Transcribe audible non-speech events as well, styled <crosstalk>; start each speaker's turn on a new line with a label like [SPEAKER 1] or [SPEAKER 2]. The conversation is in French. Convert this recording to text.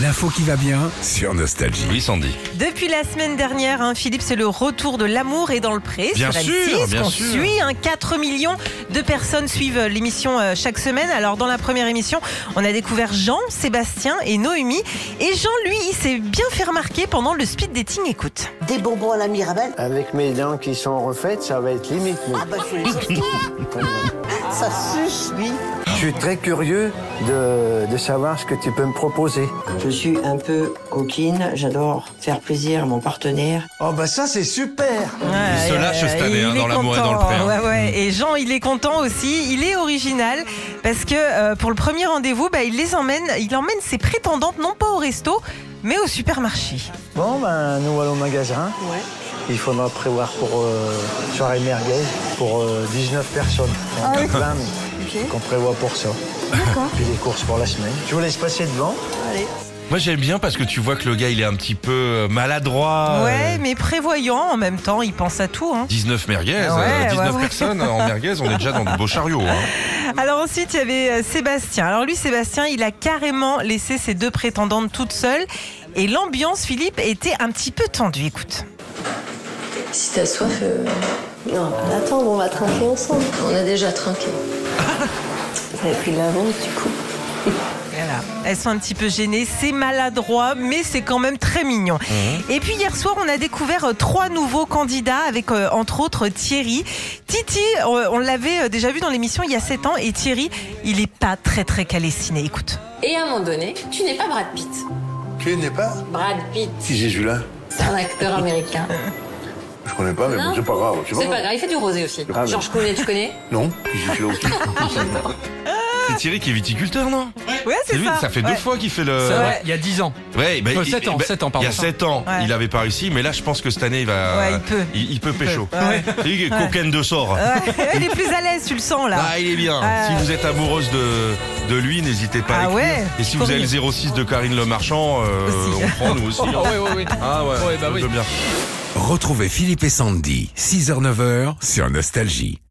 [SPEAKER 1] L'info qui va bien sur Nostalgie.
[SPEAKER 2] Oui, Sandy.
[SPEAKER 3] Depuis la semaine dernière, hein, Philippe, c'est le retour de l'amour et dans le pré.
[SPEAKER 2] Bien
[SPEAKER 3] sur
[SPEAKER 2] sûr,
[SPEAKER 3] M6,
[SPEAKER 2] bien
[SPEAKER 3] qu'on
[SPEAKER 2] sûr.
[SPEAKER 3] suit. hein. 4 millions de personnes suivent euh, l'émission euh, chaque semaine. Alors, dans la première émission, on a découvert Jean, Sébastien et Noémie. Et Jean, lui, il s'est bien fait remarquer pendant le speed dating. Écoute.
[SPEAKER 4] Des bonbons à la Mirabelle
[SPEAKER 5] Avec mes dents qui sont refaites, ça va être limite. mais
[SPEAKER 4] Ah bah je vais les acheter. Ça suffit.
[SPEAKER 5] Je suis très curieux de, de savoir ce que tu peux me proposer.
[SPEAKER 4] Je suis un peu coquine, j'adore faire plaisir à mon partenaire.
[SPEAKER 5] Oh bah ça c'est super
[SPEAKER 3] Ouais,
[SPEAKER 2] se
[SPEAKER 3] ouais,
[SPEAKER 2] lâche
[SPEAKER 3] ouais,
[SPEAKER 2] cette année,
[SPEAKER 3] il
[SPEAKER 2] hein,
[SPEAKER 3] est
[SPEAKER 2] dans l'amour et dans le
[SPEAKER 3] content,
[SPEAKER 2] pré, hein.
[SPEAKER 3] ouais, ouais. Et Jean, il est content aussi. Il est original parce que euh, pour le premier rendez-vous, bah, il les emmène, il emmène ses prétendantes non pas au resto, mais au supermarché.
[SPEAKER 5] Bon ben nous allons au magasin.
[SPEAKER 4] Ouais.
[SPEAKER 5] Il faudra prévoir pour euh, soirée merguez pour euh, 19 personnes. Ah,
[SPEAKER 4] Ok.
[SPEAKER 5] Qu'on prévoit pour ça. D'accord. Puis les courses pour la semaine. Je vous laisse passer devant.
[SPEAKER 4] Allez.
[SPEAKER 2] Moi, j'aime bien parce que tu vois que le gars, il est un petit peu euh, maladroit.
[SPEAKER 3] Ouais,
[SPEAKER 2] Euh,
[SPEAKER 3] mais prévoyant en même temps, il pense à tout. hein.
[SPEAKER 2] 19 merguez,
[SPEAKER 3] Ouais,
[SPEAKER 2] euh,
[SPEAKER 3] ouais,
[SPEAKER 2] 19
[SPEAKER 3] ouais.
[SPEAKER 2] personnes en merguez, on est déjà dans de beaux chariots.
[SPEAKER 3] <laughs>
[SPEAKER 2] hein.
[SPEAKER 3] Alors ensuite, il y avait euh, Sébastien. Alors lui, Sébastien, il a carrément laissé ses deux prétendantes toutes seules. Et l'ambiance, Philippe, était un petit peu tendue. Écoute.
[SPEAKER 6] Si t'as soif, euh,
[SPEAKER 7] Non, attends, on va trinquer ensemble.
[SPEAKER 6] on a déjà trinqué.
[SPEAKER 7] Vous avez pris de l'avance, du coup.
[SPEAKER 3] Voilà. Elles sont un petit peu gênées, c'est maladroit, mais c'est quand même très mignon.
[SPEAKER 2] Mhm.
[SPEAKER 3] Et puis hier soir, on a découvert euh, trois nouveaux candidats, avec euh, entre autres Thierry. Titi, euh, on l'avait euh, déjà vu dans l'émission il y a 7 ans, et Thierry, il est pas très très calé ciné. Écoute.
[SPEAKER 6] Et à un moment donné, tu n'es pas Brad Pitt.
[SPEAKER 8] Tu n'es pas
[SPEAKER 6] Brad Pitt,
[SPEAKER 8] Si Jésus-là
[SPEAKER 6] c'est un acteur américain.
[SPEAKER 8] Je connais pas, mais
[SPEAKER 6] Non.
[SPEAKER 8] Ben bon, c'est pas Ah, grave. C'est
[SPEAKER 6] C'est pas grave, il fait du rosé aussi.
[SPEAKER 8] Grave.
[SPEAKER 6] Georges Clooney, tu connais
[SPEAKER 8] Non, qui Jésus-là aussi.
[SPEAKER 2] C'est Thierry qui est viticulteur, non
[SPEAKER 3] Ouais,
[SPEAKER 2] C'est
[SPEAKER 3] c'est
[SPEAKER 2] lui,
[SPEAKER 3] ça.
[SPEAKER 2] ça, fait
[SPEAKER 3] Ouais.
[SPEAKER 2] deux fois qu'il fait le.
[SPEAKER 9] C'est
[SPEAKER 3] Ouais.
[SPEAKER 9] vrai, il y a 10 ans.
[SPEAKER 2] Ouais, bah,
[SPEAKER 9] Euh,
[SPEAKER 2] il-
[SPEAKER 9] sept ans,
[SPEAKER 2] bah,
[SPEAKER 9] sept ans, pardon.
[SPEAKER 2] Il y a 7 ans,
[SPEAKER 3] Ouais.
[SPEAKER 2] il avait pas réussi, mais là, je pense que cette année, il va.
[SPEAKER 3] Ouais, il peut.
[SPEAKER 2] Il, il peut pécho.
[SPEAKER 3] peut. Ouais.
[SPEAKER 2] C'est lui qui est coquine de sort.
[SPEAKER 3] Ouais, <laughs> il est plus à l'aise, tu le sens là.
[SPEAKER 2] Ah, il est bien.
[SPEAKER 3] Ah.
[SPEAKER 2] Si vous êtes amoureuse de, de lui, n'hésitez pas à
[SPEAKER 3] Ah
[SPEAKER 2] écrire.
[SPEAKER 3] ouais,
[SPEAKER 2] Et si
[SPEAKER 3] je
[SPEAKER 2] vous avez le
[SPEAKER 3] connais.
[SPEAKER 2] 06 de Karine Le Marchand, euh,
[SPEAKER 3] Aussi.
[SPEAKER 2] on prend
[SPEAKER 9] <laughs>
[SPEAKER 2] nous aussi. hein.
[SPEAKER 9] Ah ouais, ouais, ouais.
[SPEAKER 2] Ah ouais,
[SPEAKER 9] Ouais, bah
[SPEAKER 2] je
[SPEAKER 9] oui.
[SPEAKER 2] veux bien.
[SPEAKER 1] Retrouvez Philippe et Sandy, 6h-9h sur Nostalgie.